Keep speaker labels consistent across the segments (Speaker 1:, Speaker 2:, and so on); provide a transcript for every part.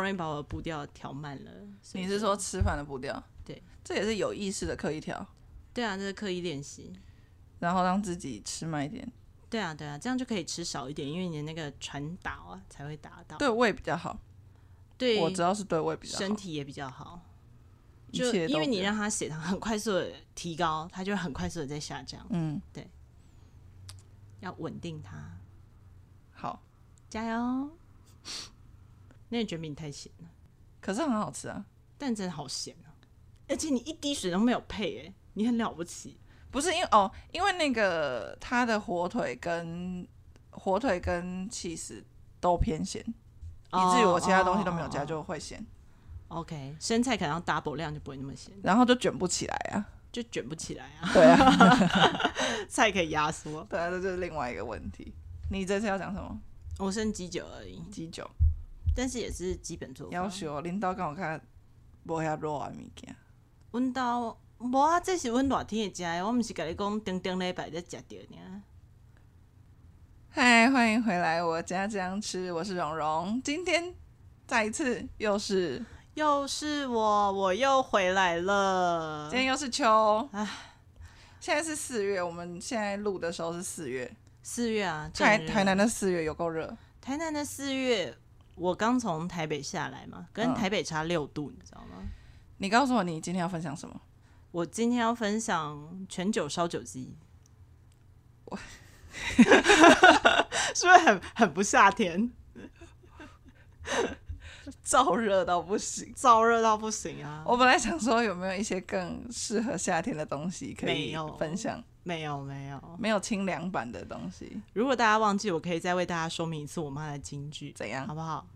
Speaker 1: 容易把我的步调调慢了。所以
Speaker 2: 你是说吃饭的步调？
Speaker 1: 对，
Speaker 2: 这也是有意识的刻意调，
Speaker 1: 对啊，这是刻意练习。
Speaker 2: 然后让自己吃慢一点，
Speaker 1: 对啊，对啊，这样就可以吃少一点，因为你的那个传导啊才会达到。
Speaker 2: 对胃比较好。
Speaker 1: 对，
Speaker 2: 我知道是对胃比较好，
Speaker 1: 身体也比较好。
Speaker 2: 一
Speaker 1: 就
Speaker 2: 切都
Speaker 1: 因为你
Speaker 2: 比较
Speaker 1: 让它血糖很快速的提高，它就会很快速的在下降。
Speaker 2: 嗯
Speaker 1: 要稳定它，
Speaker 2: 好，
Speaker 1: 加油！ 那你觉得米太咸了，
Speaker 2: 可是很好吃啊。
Speaker 1: 但真的好咸啊！而且你一滴水都没有配、哎，你很了不起。
Speaker 2: 不是因为哦，因为那个它的火腿跟火腿跟 cheese 都偏咸，以至于我其他东西都没有加，
Speaker 1: 哦
Speaker 2: 就会咸，
Speaker 1: 哦哦 OK，生菜可能要 double 量就不会那么咸，
Speaker 2: 然后就卷不起来啊。
Speaker 1: 就卷不起来啊。
Speaker 2: 对啊，
Speaker 1: 菜可以压缩，
Speaker 2: 对啊，这就是另外一个问题。嗯你这次要讲什么？
Speaker 1: 我剩鸡酒而已，
Speaker 2: 鸡酒
Speaker 1: 但是也是基本做
Speaker 2: 要
Speaker 1: 法。
Speaker 2: 求哦领导跟我看，无遐热的物件。
Speaker 1: 阮兜无啊，这是阮热天会食的，我毋是甲你讲顶顶礼拜才食着尔。
Speaker 2: 嗨，欢迎回来，我家这样吃，我是蓉蓉。今天再一次又是，
Speaker 1: 又是我，我又回来了
Speaker 2: 今。天又是秋，
Speaker 1: 啊唉
Speaker 2: 现在是四月，我们现在录的时候是四月，
Speaker 1: 四月啊，
Speaker 2: 台
Speaker 1: 正热
Speaker 2: 台南的四月有够热，
Speaker 1: 台南的四月，我刚从台北下来嘛，跟
Speaker 2: 嗯
Speaker 1: 台北差六度，你知道吗？
Speaker 2: 你告诉我你今天要分享什么？
Speaker 1: 我今天要分享全酒烧酒鸡。我 是不是很很不夏天，
Speaker 2: 燥热到不行。
Speaker 1: 燥热到不行啊？
Speaker 2: 我本来想说有没有一些更适合夏天的东西可
Speaker 1: 没
Speaker 2: 以
Speaker 1: 有
Speaker 2: 分享，
Speaker 1: 没有没有，
Speaker 2: 没有清凉版的东西，
Speaker 1: 如果大家忘记，我可以再为大家说明一次我妈的金句，
Speaker 2: 怎样
Speaker 1: 好？不好？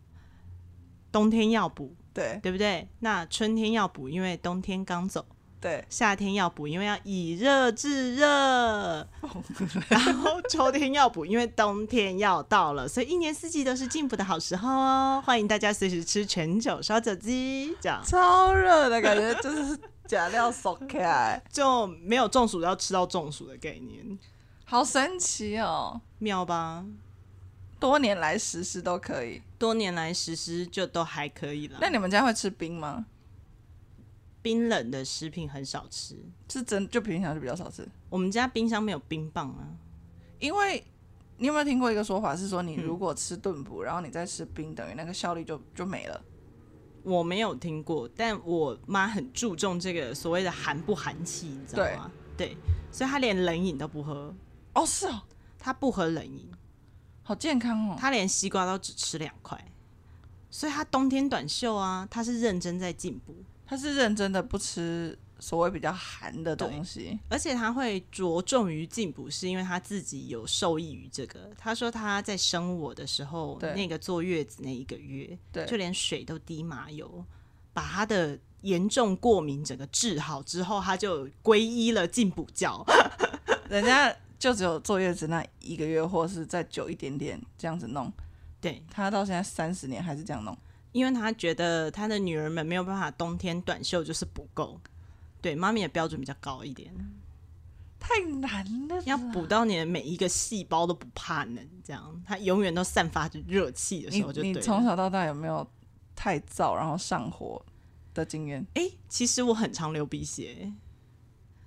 Speaker 1: 冬天要补，
Speaker 2: 对
Speaker 1: 对不对？那春天要补，因为冬天刚走；
Speaker 2: 对，
Speaker 1: 夏天要补，因为要以热制热； 然后秋天要补，因为冬天要到了。所以一年四季都是进补的好时候哦！欢迎大家随时吃全酒烧酒鸡，这样
Speaker 2: 超热的感觉就是假料缩起来，
Speaker 1: 就没有中暑要吃到中暑的概念，
Speaker 2: 好神奇哦！
Speaker 1: 妙吧？
Speaker 2: 多年来实施都可以。
Speaker 1: 多年来实施就都还可以了。
Speaker 2: 那你们家会吃冰吗？
Speaker 1: 冰冷的食品很少吃，
Speaker 2: 是真就平常就比较少吃，
Speaker 1: 我们家冰箱没有冰棒啊。
Speaker 2: 因为你有没有听过一个说法是说，
Speaker 1: 嗯
Speaker 2: 你如果吃炖补，然后你再吃冰，等于那个效力就就没了。
Speaker 1: 我没有听过，但我妈很注重这个所谓的寒不寒气，你知道吗？对，所以她连冷饮都不喝，
Speaker 2: 哦，是哦，
Speaker 1: 她不喝冷饮，
Speaker 2: 好健康哦。
Speaker 1: 她连西瓜都只吃两块，所以她冬天短袖啊，她是认真在进步，
Speaker 2: 他是认真的不吃所谓比较寒的东西，
Speaker 1: 而且她会着重于进步，是因为她自己有受益于这个。她说她在生我的时候，
Speaker 2: 对
Speaker 1: 那个坐月子那一个月，
Speaker 2: 对，
Speaker 1: 就连水都滴麻油，把他的严重过敏整个治好之后，他就皈依了进补教。
Speaker 2: 人家就只有坐月子那一个月，或是再久一点点这样子弄，
Speaker 1: 对，
Speaker 2: 他到现在三十年还是这样弄，
Speaker 1: 因为他觉得他的女儿们没有办法冬天短袖就是不够。对，妈咪的标准比较高一点，
Speaker 2: 太难了。
Speaker 1: 要补到你的每一个细胞都不怕冷，这样它永远都散发着热气的
Speaker 2: 你
Speaker 1: 时候就对
Speaker 2: 你
Speaker 1: 了。
Speaker 2: 从小到大有没有太燥然后上火的经验？
Speaker 1: 哎、其实我很常流鼻血，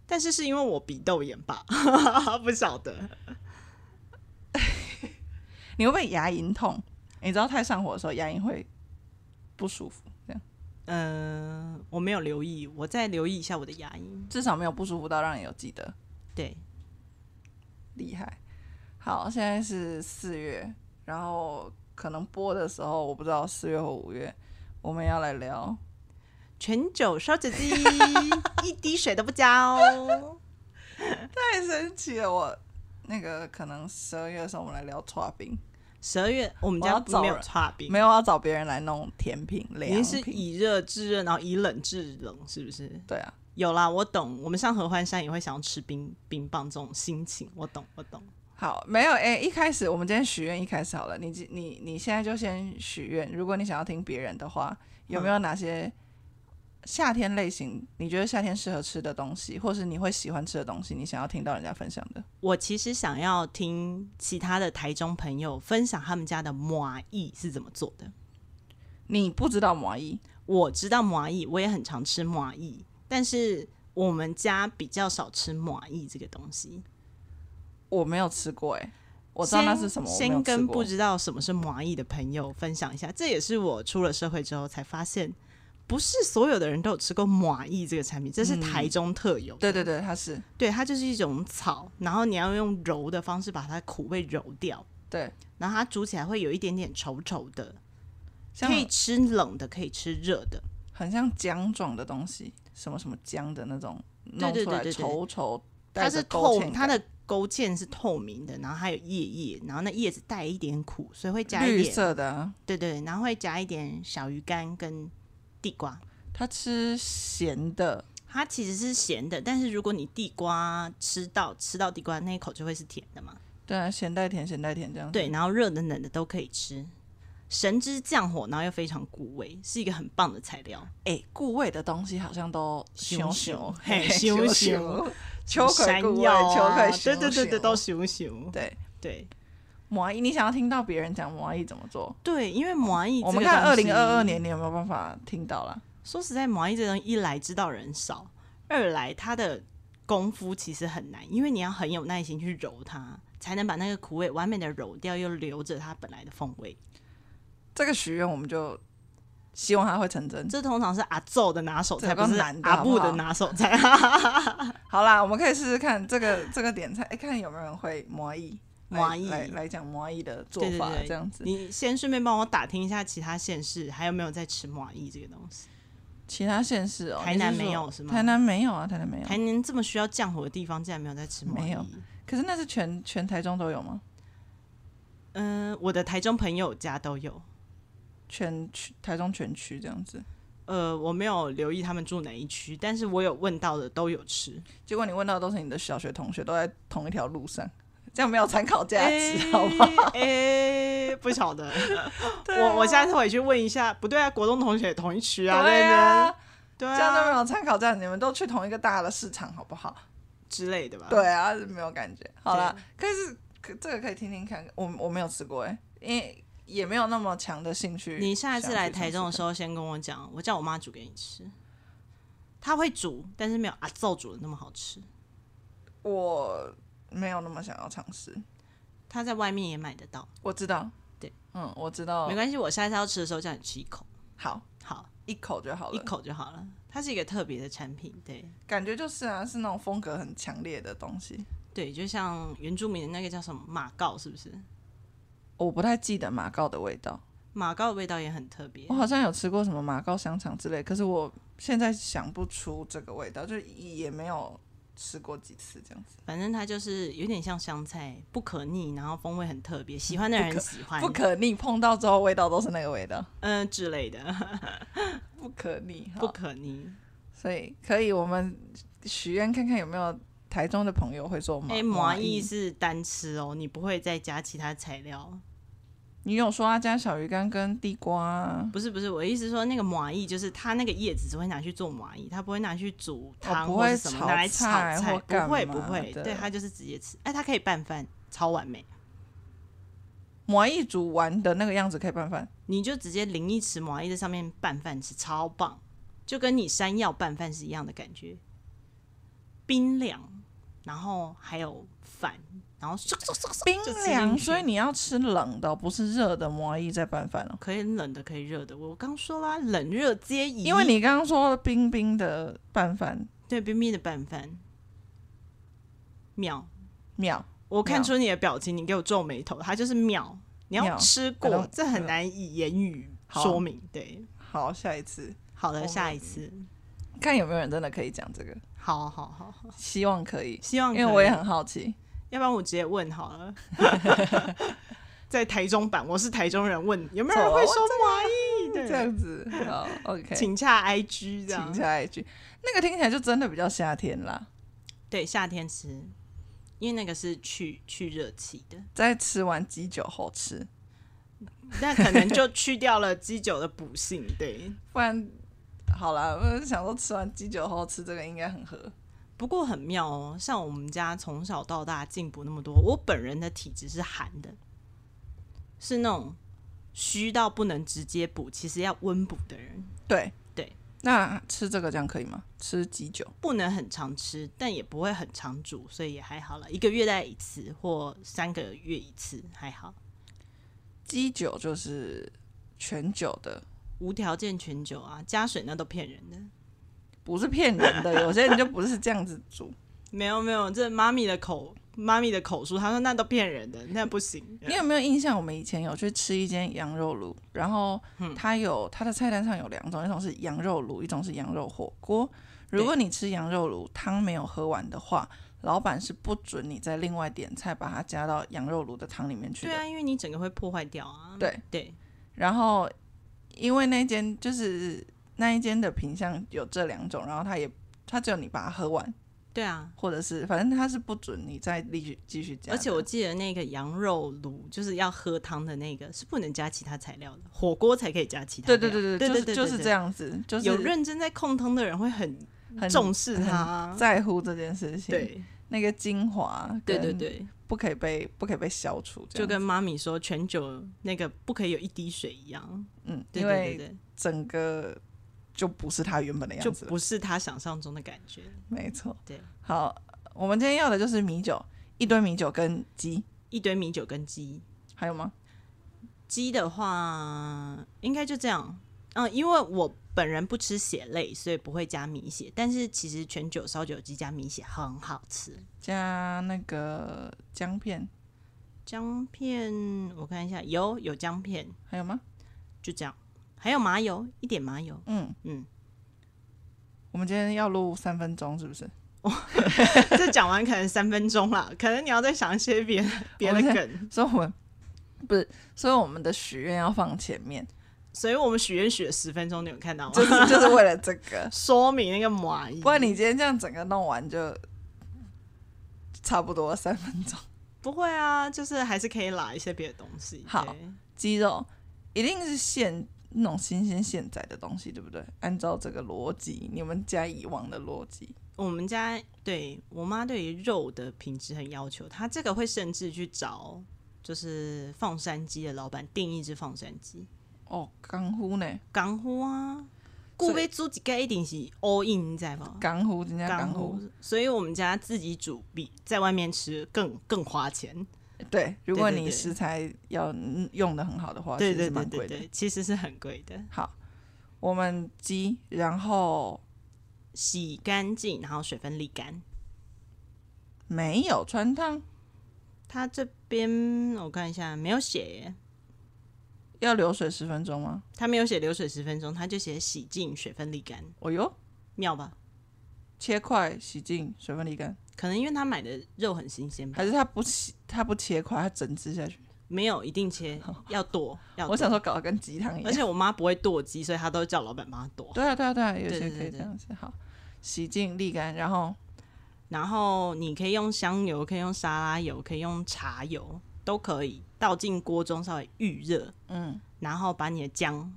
Speaker 1: 但是是因为我鼻窦炎吧， 不晓得。
Speaker 2: 你会不会牙龈痛？你知道太上火的时候牙龈会不舒服，这样
Speaker 1: 嗯、我没有留意，我再留意一下我的牙龈。
Speaker 2: 至少没有不舒服到让你有记得
Speaker 1: 对，
Speaker 2: 厉害。好，现在是四月，然后可能播的时候我不知道四月或五月，我们要来聊
Speaker 1: 全酒烧酒鸡， 一滴水都不加哦。
Speaker 2: 太神奇了！我那个可能十二月的时候，我们来聊刨冰，
Speaker 1: 十二月我们
Speaker 2: 我
Speaker 1: 家
Speaker 2: 要
Speaker 1: 不
Speaker 2: 走
Speaker 1: 没有
Speaker 2: 了
Speaker 1: 差冰，
Speaker 2: 没有要找别人来弄甜品、凉
Speaker 1: 您是
Speaker 2: 品。
Speaker 1: 以热制热，然后以冷制冷，是不是？
Speaker 2: 对啊，
Speaker 1: 有啦，我懂。我们上合欢山也会想要吃冰冰棒这种心情，我懂，我懂。
Speaker 2: 好，没有哎、一开始我们今天许愿一开始好了，你你你现在就先许愿。如果你想要听别人的话，有没有哪些夏天类型你觉得夏天适合吃的东西，或是你会喜欢吃的东西，你想要听到人家分享的？
Speaker 1: 我其实想要听其他的台中朋友分享他们家的麻意是怎么做的。
Speaker 2: 你不知道麻衣，
Speaker 1: 我知道麻蚁，我也很常吃麻蚁，但是我们家比较少吃麻蚁这个东西。
Speaker 2: 我没有吃过哎、我知道那是什么，我没
Speaker 1: 先
Speaker 2: 有
Speaker 1: 先
Speaker 2: 吃
Speaker 1: 跟
Speaker 2: 过
Speaker 1: 不。知道什么是麻蚁的朋友分享一下，这也是我出了社会之后才发现，不是所有的人都有吃过麻蚁这个产品，这是
Speaker 2: 嗯
Speaker 1: 台中特有的、
Speaker 2: 对对对，它是
Speaker 1: 对，它就是一种草，然后你要用揉的方式把它苦味揉掉，
Speaker 2: 对，
Speaker 1: 然后它煮起来会有一点点稠稠的，
Speaker 2: 像
Speaker 1: 可以吃冷的，可以吃热的。
Speaker 2: 很像浆状的东西，什么什么浆的那种，弄
Speaker 1: 对
Speaker 2: 出来
Speaker 1: 对对对
Speaker 2: 稠稠，带
Speaker 1: 它
Speaker 2: 着
Speaker 1: 是
Speaker 2: 勾
Speaker 1: 透
Speaker 2: 芡，感
Speaker 1: 它的勾芡是透明的，然后还有叶叶，然后那叶子带一点苦，所以会加一
Speaker 2: 绿
Speaker 1: 点，
Speaker 2: 色的啊，
Speaker 1: 对对，然后会加一点小鱼干跟地瓜。
Speaker 2: 它吃咸的，
Speaker 1: 它其实是咸的，但是如果你地瓜吃到吃到地瓜那一口就会是甜的嘛。
Speaker 2: 对啊，咸带甜，咸带甜这样。
Speaker 1: 对，，然后热的冷的都可以吃，神之降火，然后又非常固味，是一个很棒的材料。
Speaker 2: 哎，固味的东西好像都
Speaker 1: 熊
Speaker 2: 熊
Speaker 1: 熊，嘿熊熊，
Speaker 2: 秋葵
Speaker 1: 山
Speaker 2: 固味，
Speaker 1: 药
Speaker 2: 秋
Speaker 1: 啊，
Speaker 2: 葵
Speaker 1: 对
Speaker 2: 熊
Speaker 1: 对对对，
Speaker 2: 熊
Speaker 1: 都熊熊，
Speaker 2: 对。
Speaker 1: 对
Speaker 2: 麻衣，你想要听到别人讲麻衣怎么做？
Speaker 1: 对，因为麻蚁，
Speaker 2: 我们看二零二二年，你有没有办法听到啦？
Speaker 1: 说实在，毛衣这东西一来知道人少，二来它的功夫其实很难，因为你要很有耐心去揉它，才能把那个苦味完美的揉掉，又留着它本来的风味。
Speaker 2: 这个许愿我们就希望它会成真。
Speaker 1: 这通常是阿奏的拿手
Speaker 2: 这
Speaker 1: 菜，
Speaker 2: 个
Speaker 1: 不是
Speaker 2: 难的
Speaker 1: 阿
Speaker 2: 好不
Speaker 1: 布的
Speaker 2: 好
Speaker 1: 拿手菜。啊
Speaker 2: 好啦，我们可以试试看这个这个点菜，哎，看有没有人会麻衣，来
Speaker 1: 麻衣
Speaker 2: 来来讲麻衣的做
Speaker 1: 对对
Speaker 2: 法，
Speaker 1: 对
Speaker 2: 这样子。
Speaker 1: 你先顺便帮我打听一下其他县市还有没有在吃麻蚁这个东西。
Speaker 2: 其他县市哦，
Speaker 1: 台南
Speaker 2: 你
Speaker 1: 没
Speaker 2: 说
Speaker 1: 有是吗
Speaker 2: 台南没有啊，台南没有。
Speaker 1: 台南这么需要降火的地方，竟然没有在吃麻蚁。
Speaker 2: 没有可是那是全全台中都有吗？
Speaker 1: 嗯、我的台中朋友家都有。
Speaker 2: 全区台中全区这样子。
Speaker 1: 呃，我没有留意他们住哪一区，但是我有问到的都有吃。
Speaker 2: 结果你问到的都是你的小学同学，都在同一条路上，这样没有参考价值，
Speaker 1: 哎
Speaker 2: 好吗？
Speaker 1: 哎、不晓得，
Speaker 2: 对啊
Speaker 1: 我我下次回去问一下。不对啊，国中同学也同一区啊，
Speaker 2: 对啊，
Speaker 1: 对
Speaker 2: 这样都没
Speaker 1: 啊，
Speaker 2: 有参考价值，你们都去同一个大的市场，好不好？
Speaker 1: 之类的吧？，
Speaker 2: 对啊，没有感觉。好啦，可是可这个可以听听看，我我没有吃过哎、因为也没有那么强的兴趣。
Speaker 1: 你下一次来台中的时
Speaker 2: 候，
Speaker 1: 候，先跟我讲，我叫我妈煮给你吃。她会煮，但是没有阿奏煮的那么好吃。
Speaker 2: 我没有那么想要尝试。
Speaker 1: 她在外面也买得到，
Speaker 2: 我知道，
Speaker 1: 对，
Speaker 2: 嗯，我知道
Speaker 1: 没。关系，我下次要吃的时候叫你吃一口，
Speaker 2: 好，
Speaker 1: 好，
Speaker 2: 一口就好
Speaker 1: 一
Speaker 2: 了。
Speaker 1: 口就好了。它是一个特别的产品，对
Speaker 2: 感觉就是啊，是那种风格很强烈的东西。
Speaker 1: 对，就像原住民的那个叫什么马告，是不是？
Speaker 2: 我不太记得马告的味道，
Speaker 1: 马告的味道也很特别
Speaker 2: 我。好像有吃过什么马告香肠之类，可是我现在想不出这个味道，就也没有吃过几次这样子。
Speaker 1: 反正它就是有点像香菜，不可逆，然后风味很特别，喜欢的人喜欢，
Speaker 2: 不可逆，碰到之后味道都是那个味道，
Speaker 1: 嗯、之类的，
Speaker 2: 不可逆，
Speaker 1: 不
Speaker 2: 好，
Speaker 1: 可逆。
Speaker 2: 所以可以我们许愿看看有没有台中的朋友会做麻
Speaker 1: 哎，麻意
Speaker 2: 蚁。
Speaker 1: 是单吃哦，你不会再加其他材料。
Speaker 2: 你有说要加小鱼干跟地瓜啊？
Speaker 1: 不是不是，我的意思是说那个麻意就是它那个叶子只会拿去做麻意，它不会拿去煮汤
Speaker 2: 哦不
Speaker 1: 或是
Speaker 2: 会
Speaker 1: 什么
Speaker 2: 炒
Speaker 1: 拿来炒
Speaker 2: 菜或干
Speaker 1: 不会
Speaker 2: 嘛
Speaker 1: 不会，
Speaker 2: 的
Speaker 1: 对，它就是直接吃。哎，它可以拌饭，超完美。
Speaker 2: 麻蚁煮完的那个样子可以拌饭，
Speaker 1: 你就直接淋一匙麻意在上面拌饭吃，超棒，就跟你山药拌饭是一样的感觉，冰凉，然后还有饭，然后嗖嗖嗖嗖
Speaker 2: 冰
Speaker 1: 就吃进
Speaker 2: 凉，
Speaker 1: 去
Speaker 2: 所以你要吃冷的哦，不是热的麻蚁再拌饭哦。
Speaker 1: 可以冷的，可以热的。我刚说啦，冷热皆宜，
Speaker 2: 因为你刚刚说冰冰的拌饭
Speaker 1: 对冰冰的拌饭秒，
Speaker 2: 妙，
Speaker 1: 我看
Speaker 2: 秒
Speaker 1: 出你的表情，你给我皱眉头，它就是秒。你
Speaker 2: 秒
Speaker 1: 要吃过
Speaker 2: 可能，
Speaker 1: 这很难以言语
Speaker 2: 好
Speaker 1: 说明。对，
Speaker 2: 好，下一次
Speaker 1: 好
Speaker 2: 我
Speaker 1: 了，
Speaker 2: 们
Speaker 1: 下一次，
Speaker 2: 看有没有人真的可以讲这个，
Speaker 1: 好好好好，
Speaker 2: 希望可以，
Speaker 1: 希望
Speaker 2: 因为
Speaker 1: 可
Speaker 2: 我
Speaker 1: 以
Speaker 2: 也很好奇。
Speaker 1: 要不然我直接问好 了，在台中版，我是台中人，问有没有人会说麻蚁
Speaker 2: 这
Speaker 1: 对，
Speaker 2: 样子，好，OK，
Speaker 1: 请洽 IG 这
Speaker 2: 请
Speaker 1: 样。
Speaker 2: 下一句，那个听起来就真的比较夏天啦。
Speaker 1: 对，夏天吃，因为那个是去去热气的，
Speaker 2: 在吃完鸡酒后吃，
Speaker 1: 那可能就去掉了鸡酒的补性。对，
Speaker 2: 不然好啦，我是想说吃完鸡酒后吃这个应该很合。
Speaker 1: 不过很妙哦，像我们家从小到大进补那么多，我本人的体质是寒的，是那种虚到不能直接补，其实要温补的人，
Speaker 2: 对
Speaker 1: 对。
Speaker 2: 那吃这个这样可以吗？吃鸡酒
Speaker 1: 不能很常吃，但也不会很常煮，所以也还好了。一个月大概一次或三个月一次，还好。
Speaker 2: 鸡酒就是全酒的，
Speaker 1: 无条件全酒啊，加水那都骗人的。
Speaker 2: 不是骗人的。有些人就不是这样子 煮。
Speaker 1: 没有没有，这妈咪的口妈咪的口述，她说那都骗人的，那不行。
Speaker 2: 你有没有印象？我们以前有去吃一间羊肉炉，然后
Speaker 1: 嗯
Speaker 2: 它有它的菜单上有两种，一种是羊肉炉，一种是羊肉火锅。如果你吃羊肉炉汤没有喝完的话，老板是不准你再另外点菜，把它加到羊肉炉的汤里面去
Speaker 1: 对
Speaker 2: 的。
Speaker 1: 啊，因为你整个会破坏掉啊。
Speaker 2: 对
Speaker 1: 对，
Speaker 2: 然后因为那间就是那一间的品相有这两种，然后它也它只有你把它喝完，
Speaker 1: 对啊。
Speaker 2: 或者是反正它是不准你再继续继续加的。
Speaker 1: 而且我记得那个羊肉炉，就是要喝汤的那个，是不能加其他材料的，火锅才可以加其他
Speaker 2: 对
Speaker 1: 料。
Speaker 2: 对对
Speaker 1: 嗯对
Speaker 2: 对，就是
Speaker 1: 对，
Speaker 2: 就是这
Speaker 1: 样。
Speaker 2: 样子，就是
Speaker 1: 有认真在控汤的人会很
Speaker 2: 很
Speaker 1: 重视它。
Speaker 2: 在乎这件事情，，
Speaker 1: 对
Speaker 2: 那个精华，
Speaker 1: 对对，对，
Speaker 2: 不可以被不可以被消除这样子，
Speaker 1: 就跟妈咪说全酒那个不可以有一滴水一样。
Speaker 2: 嗯，
Speaker 1: 对
Speaker 2: 因
Speaker 1: 对
Speaker 2: 为
Speaker 1: 对
Speaker 2: 整个就不是它原本的
Speaker 1: 对，就
Speaker 2: 样子了，
Speaker 1: 不是他想象中的感觉。
Speaker 2: 没错。
Speaker 1: 对，
Speaker 2: 好，我们今天要的就是米酒，一堆米酒跟鸡，
Speaker 1: 一堆米酒跟鸡，
Speaker 2: 还有吗？
Speaker 1: 鸡的话应该就这样。嗯，因为我本人不吃血类，所以不会加米血。但是其实全酒烧酒鸡加米血很好吃。
Speaker 2: 加那个姜片，
Speaker 1: 姜片我看一下，有有姜片，
Speaker 2: 还有吗？
Speaker 1: 就这样。还有麻油，一点麻油。
Speaker 2: 嗯，
Speaker 1: 嗯，
Speaker 2: 我们今天要录三分钟，是不是？
Speaker 1: 这讲完可能三分钟啦，可能你要再想一些 别的别的梗。
Speaker 2: 所以我们不是，所以我们的许愿要放前面，
Speaker 1: 所以我们许愿许了十分钟，你有看到吗？
Speaker 2: 就是就是为了这个。
Speaker 1: 说明那个麻油。
Speaker 2: 不然你今天这样整个弄完就差不多三分钟。
Speaker 1: 不会啊，就是还是可以拉一些别的东西。
Speaker 2: 好
Speaker 1: 对，
Speaker 2: 鸡肉一定是现那种新鲜现宰的东西，对不对？按照这个逻辑，你们家以往的逻辑，
Speaker 1: 我们家对我妈对于肉的品质很要求，她这个会甚至去找就是放山鸡的老板订一只放山鸡，
Speaker 2: 哦，干乎呢，
Speaker 1: 港呼啊，
Speaker 2: 所以
Speaker 1: 顾杯煮几个一定是 all in 在吧？
Speaker 2: 干乎，人家干
Speaker 1: 港
Speaker 2: 乎
Speaker 1: 呼。，所以我们家自己煮比在外面吃更更花钱，
Speaker 2: 对，如果
Speaker 1: 对对
Speaker 2: 你
Speaker 1: 对
Speaker 2: 食材要嗯用的很好的话，
Speaker 1: 对
Speaker 2: 其实
Speaker 1: 对
Speaker 2: 是
Speaker 1: 对
Speaker 2: 蛮
Speaker 1: 对
Speaker 2: 贵的。
Speaker 1: 对，其实是很贵的。
Speaker 2: 好，我们鸡，然后
Speaker 1: 洗干净，然后水分沥干。
Speaker 2: 没有穿烫，
Speaker 1: 它这边我看一下，没有写耶，
Speaker 2: 要流水十分钟吗？
Speaker 1: 它没有写流水十分钟，它就写洗净，水分沥干，
Speaker 2: 哦哟，
Speaker 1: 妙吧？
Speaker 2: 切块洗净，水分沥干，
Speaker 1: 可能因为他买的肉很新鲜吧
Speaker 2: 还，是它不洗，它不切块，它整只下去。
Speaker 1: 没有一定 切，要剁，要剁
Speaker 2: 我想，说搞得跟鸡汤一
Speaker 1: 而
Speaker 2: 样。
Speaker 1: 且我妈不会剁鸡，所以她都叫老板帮她剁。
Speaker 2: 对啊，对啊，对啊，有
Speaker 1: 对
Speaker 2: 些
Speaker 1: 对
Speaker 2: 可
Speaker 1: 对
Speaker 2: 以这
Speaker 1: 对
Speaker 2: 样子。好，洗净沥干，然后
Speaker 1: 然后你可以用香油，可以用沙拉油，可以用茶油，都可以倒进锅中稍微预热，
Speaker 2: 嗯，
Speaker 1: 然后把你的姜，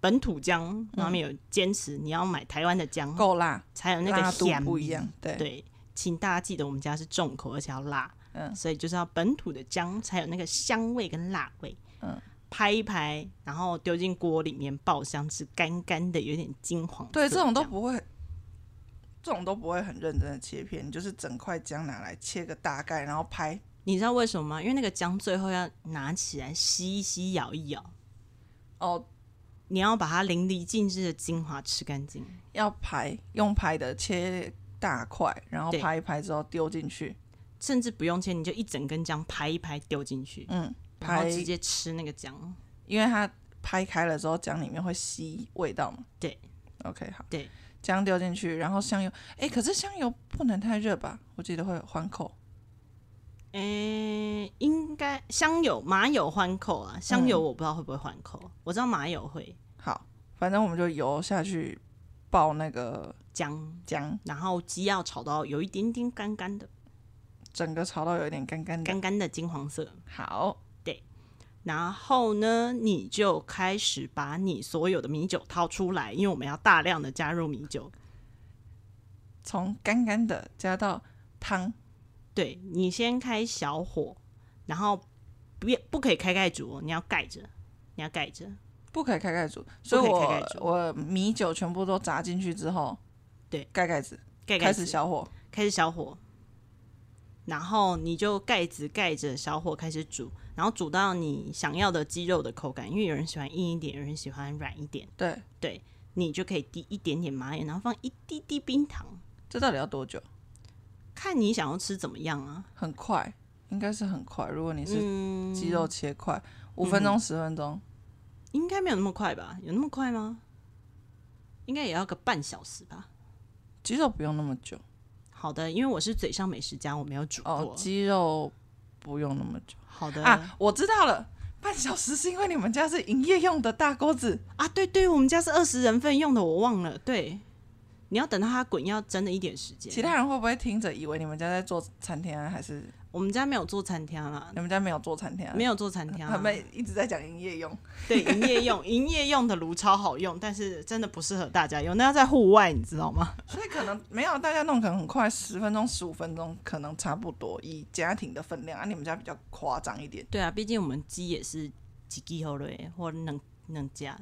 Speaker 1: 本土姜，然后面有坚持你要买台湾的姜，
Speaker 2: 够辣，
Speaker 1: 才有那
Speaker 2: 辣
Speaker 1: 个
Speaker 2: 度
Speaker 1: 香
Speaker 2: 不一样。。对，
Speaker 1: 对，请大家记得我们家是重口，而且要辣，
Speaker 2: 嗯
Speaker 1: 所以就是要本土的姜才有那个香味跟辣味，
Speaker 2: 嗯，
Speaker 1: 拍一拍，然后丢进锅里面爆香，吃干干的，有点金黄色。
Speaker 2: 对，这种都
Speaker 1: 样
Speaker 2: 不会，这种都不会很认真的切片，你就是整块姜拿来切个大概，然后拍。
Speaker 1: 你知道为什么吗？因为那个姜最后要拿起来吸一吸、咬一咬，
Speaker 2: 哦，
Speaker 1: 你要把它淋漓尽致的精华吃干净。
Speaker 2: 要拍，用拍的切大块，然后
Speaker 1: 对
Speaker 2: 拍一拍之后丢进去，
Speaker 1: 甚至不用切，你就一整根姜拍一拍丢进去，
Speaker 2: 嗯，
Speaker 1: 然后
Speaker 2: 拍，
Speaker 1: 直接吃那个姜。
Speaker 2: 因为它拍开了之后，姜里面会吸味道嘛。
Speaker 1: 对
Speaker 2: ，OK，好，
Speaker 1: 对，
Speaker 2: 姜丢进去，然后香油，哎，可是香油不能太热吧？我记得会换口。
Speaker 1: 诶、应该香油麻油换口啊，香油
Speaker 2: 嗯
Speaker 1: 我不知道会不会换口，我知道麻油会
Speaker 2: 好，反正我们就油下去爆那个
Speaker 1: 姜，
Speaker 2: 姜，
Speaker 1: 然后鸡要炒到有一点点干干的，
Speaker 2: 整个炒到有一点干干的。
Speaker 1: 干干的金黄色。
Speaker 2: 好，
Speaker 1: 然后呢，你就开始把你所有的米酒掏出来，因为我们要大量的加入米酒。
Speaker 2: 从干干的加到汤，
Speaker 1: 对你先开小火，然后不要不可以开盖煮哦，你要盖着，你你要盖着。
Speaker 2: 不可以开盖子，
Speaker 1: 不
Speaker 2: 所
Speaker 1: 可以
Speaker 2: 以
Speaker 1: 开
Speaker 2: 我
Speaker 1: 盖子
Speaker 2: 我米酒全部都砸进去之后，
Speaker 1: 对，
Speaker 2: 盖盖子，
Speaker 1: 盖盖
Speaker 2: 开
Speaker 1: 子
Speaker 2: 始小火，
Speaker 1: 开始小火，然后你就盖子盖着小火开始煮，然后煮到你想要的鸡肉的口感，因为有人喜欢硬一点，有人喜欢软一点，
Speaker 2: 对，
Speaker 1: 对，你就可以滴一点点麻盐，然后放一滴滴冰糖，
Speaker 2: 这到底要多久？
Speaker 1: 看你想要吃怎么样啊。
Speaker 2: 很快，应该是很快。如果你是
Speaker 1: 嗯，
Speaker 2: 鸡肉切块，五、分钟十分钟，
Speaker 1: 应该没有那么快吧？有那么快吗？应该也要个半小时吧。
Speaker 2: 鸡肉不用那么久
Speaker 1: 好的，因为我是嘴上美食家，我没有煮过。
Speaker 2: 哦，鸡肉不用那么久
Speaker 1: 好的
Speaker 2: 啊。我知道了，半小时是因为你们家是营业用的大锅子，
Speaker 1: 啊，对对，我们家是二十人份用的，我忘了。对，你要等到它滚，要真的一点时间。
Speaker 2: 其他人会不会听着以为你们家在做餐厅、啊，还是
Speaker 1: 我们家没有做餐厅啦，
Speaker 2: 你们家没有做餐厅、啊？
Speaker 1: 嗯没有做餐厅
Speaker 2: 他
Speaker 1: 啦。
Speaker 2: 们一直在讲营业用，
Speaker 1: 对，营业用，营业用的炉超好用，但是真的不适合大家用，那要在户外，你知道吗？
Speaker 2: 所以可能没有大家弄，可能很快，十分钟、十五分钟，可能差不多。以家庭的分量啊，你们家比较夸张一点，
Speaker 1: 对啊，毕竟我们鸡也是几鸡后嘞，欸或能能加，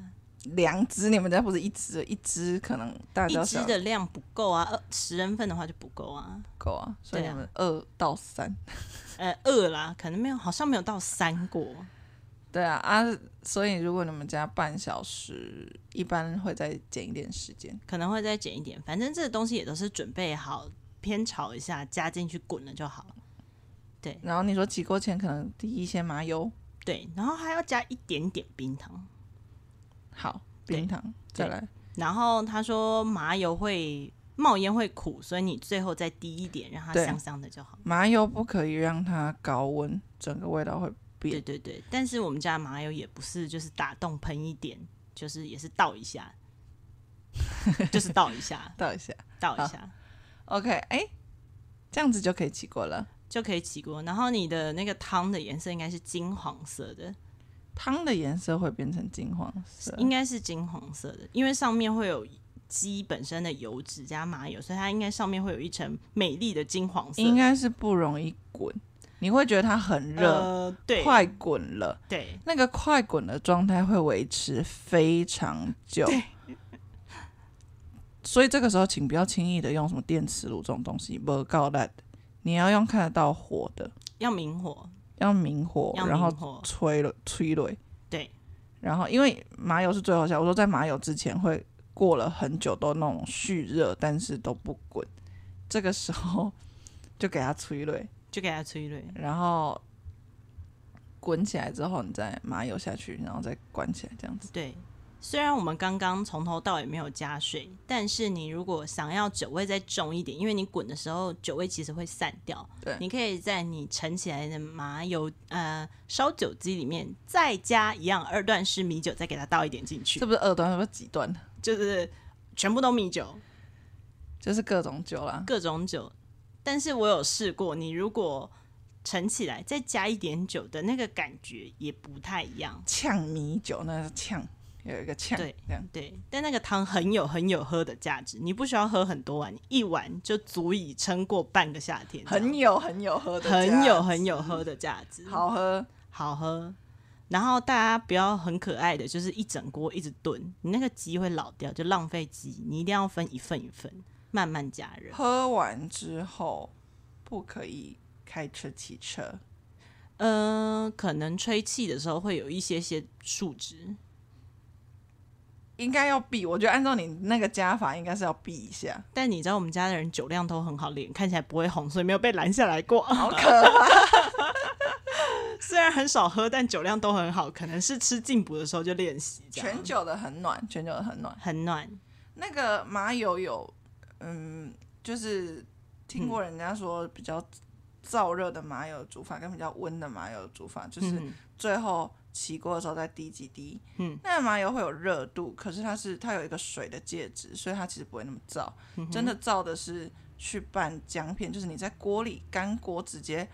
Speaker 2: 两只，你们家不是一只，一只可能大
Speaker 1: 一
Speaker 2: 家
Speaker 1: 只
Speaker 2: 小
Speaker 1: 的量不够啊，二十人份的话就不够啊，
Speaker 2: 够啊，所以
Speaker 1: 对啊
Speaker 2: 你们二到三。
Speaker 1: 呃，二啦，可能没有，好像没有到三过。
Speaker 2: 对啊啊，所以如果你们家半小时，一般会再减一点时间。
Speaker 1: 可能会再减一点，反正这个东西也都是准备好，煸炒一下，加进去滚了就好了。
Speaker 2: 然后你说起锅前可能滴一些麻油，
Speaker 1: 对，然后还要加一点点冰糖。
Speaker 2: 好，
Speaker 1: 对
Speaker 2: 冰糖，再
Speaker 1: 对
Speaker 2: 来
Speaker 1: 然后他说麻油会冒烟会苦，所以你最后再滴一点，让它
Speaker 2: 对
Speaker 1: 香香的就好。
Speaker 2: 麻油不可以让它高温，整个味道会变
Speaker 1: 对对对，但是我们家的麻油也不是就是打洞喷一点，就是也是倒一下，就是倒一下，
Speaker 2: 倒一下。
Speaker 1: 倒一下
Speaker 2: OK，哎、这样子就可以起锅了。
Speaker 1: 就可以起锅。然后你的那个汤的颜色应该是金黄色的，
Speaker 2: 汤的颜色会变成金黄色，
Speaker 1: 应该是金黄色的，因为上面会有鸡本身的油脂加麻油，所以它应该上面会有一层美丽的金黄色。
Speaker 2: 应该是不容易滚，你会觉得它很热，
Speaker 1: 呃，对，
Speaker 2: 快滚了。
Speaker 1: 对，
Speaker 2: 那个快滚的状态会维持非常久，所以这个时候请不要轻易的用什么电磁炉这种东西，不够力，你要用看得到火的，
Speaker 1: 要明火，
Speaker 2: 要明火，
Speaker 1: 要
Speaker 2: 然
Speaker 1: 明
Speaker 2: 后
Speaker 1: 火，
Speaker 2: 催了催了，
Speaker 1: 对，
Speaker 2: 然后因为麻油是最后下，我说在麻油之前会过了很久都那种蓄热，但是都不滚，这个时候就给它催泪，
Speaker 1: 就给它催泪。
Speaker 2: 然后滚起来之后，你再麻油下去，然后再关起来，这样子。
Speaker 1: 对，虽然我们刚刚从头到尾没有加水，但是你如果想要酒味再重一点，因为你滚的时候酒味其实会散掉，
Speaker 2: 对
Speaker 1: 你可以在你盛起来的麻油呃烧酒鸡里面再加一样二段式米酒，再给它倒一点进去
Speaker 2: 这，不是二段，这不是几段，
Speaker 1: 就是全部都米酒，
Speaker 2: 就是各种酒啦。
Speaker 1: 各种酒。但是我有试过，你如果盛起来再加一点酒的那个感觉也不太一样。
Speaker 2: 呛米酒那是呛，有一个呛，
Speaker 1: 对
Speaker 2: 这样
Speaker 1: 对，但那个汤很有很有喝的价值，你不需要喝很多碗，你一碗就足以撑过半个夏天这样，
Speaker 2: 很有很有喝的，
Speaker 1: 很有很有喝的价值，
Speaker 2: 好喝。
Speaker 1: 好喝。然后大家不要很可爱的，就是一整锅一直炖，你那个鸡会老掉，就浪费鸡。你一定要分一份一份，慢慢加热。
Speaker 2: 喝完之后不可以开车骑车，
Speaker 1: 嗯，可能吹气的时候会有一些些数值，
Speaker 2: 应该要避。我觉得按照你那个加法，应该是要避一下。
Speaker 1: 但你知道我们家的人酒量都很好，脸看起来不会红，所以没有被拦下来过。
Speaker 2: 好可怕！
Speaker 1: 虽然很少喝，但酒量都很好，可能是吃进补的时候就练习这样。
Speaker 2: 全酒的很暖，全酒的很暖。
Speaker 1: 很暖，
Speaker 2: 那个麻油有，嗯，就是听过人家说比较燥热的麻油煮法跟比较温的麻油煮法，就是
Speaker 1: 嗯
Speaker 2: 最后起锅的时候再滴几滴。
Speaker 1: 嗯，
Speaker 2: 那麻油会有热度，可是它是它有一个水的介质，所以它其实不会那么燥。
Speaker 1: 嗯
Speaker 2: 真的燥的是去拌姜片，就是你在锅里干锅直接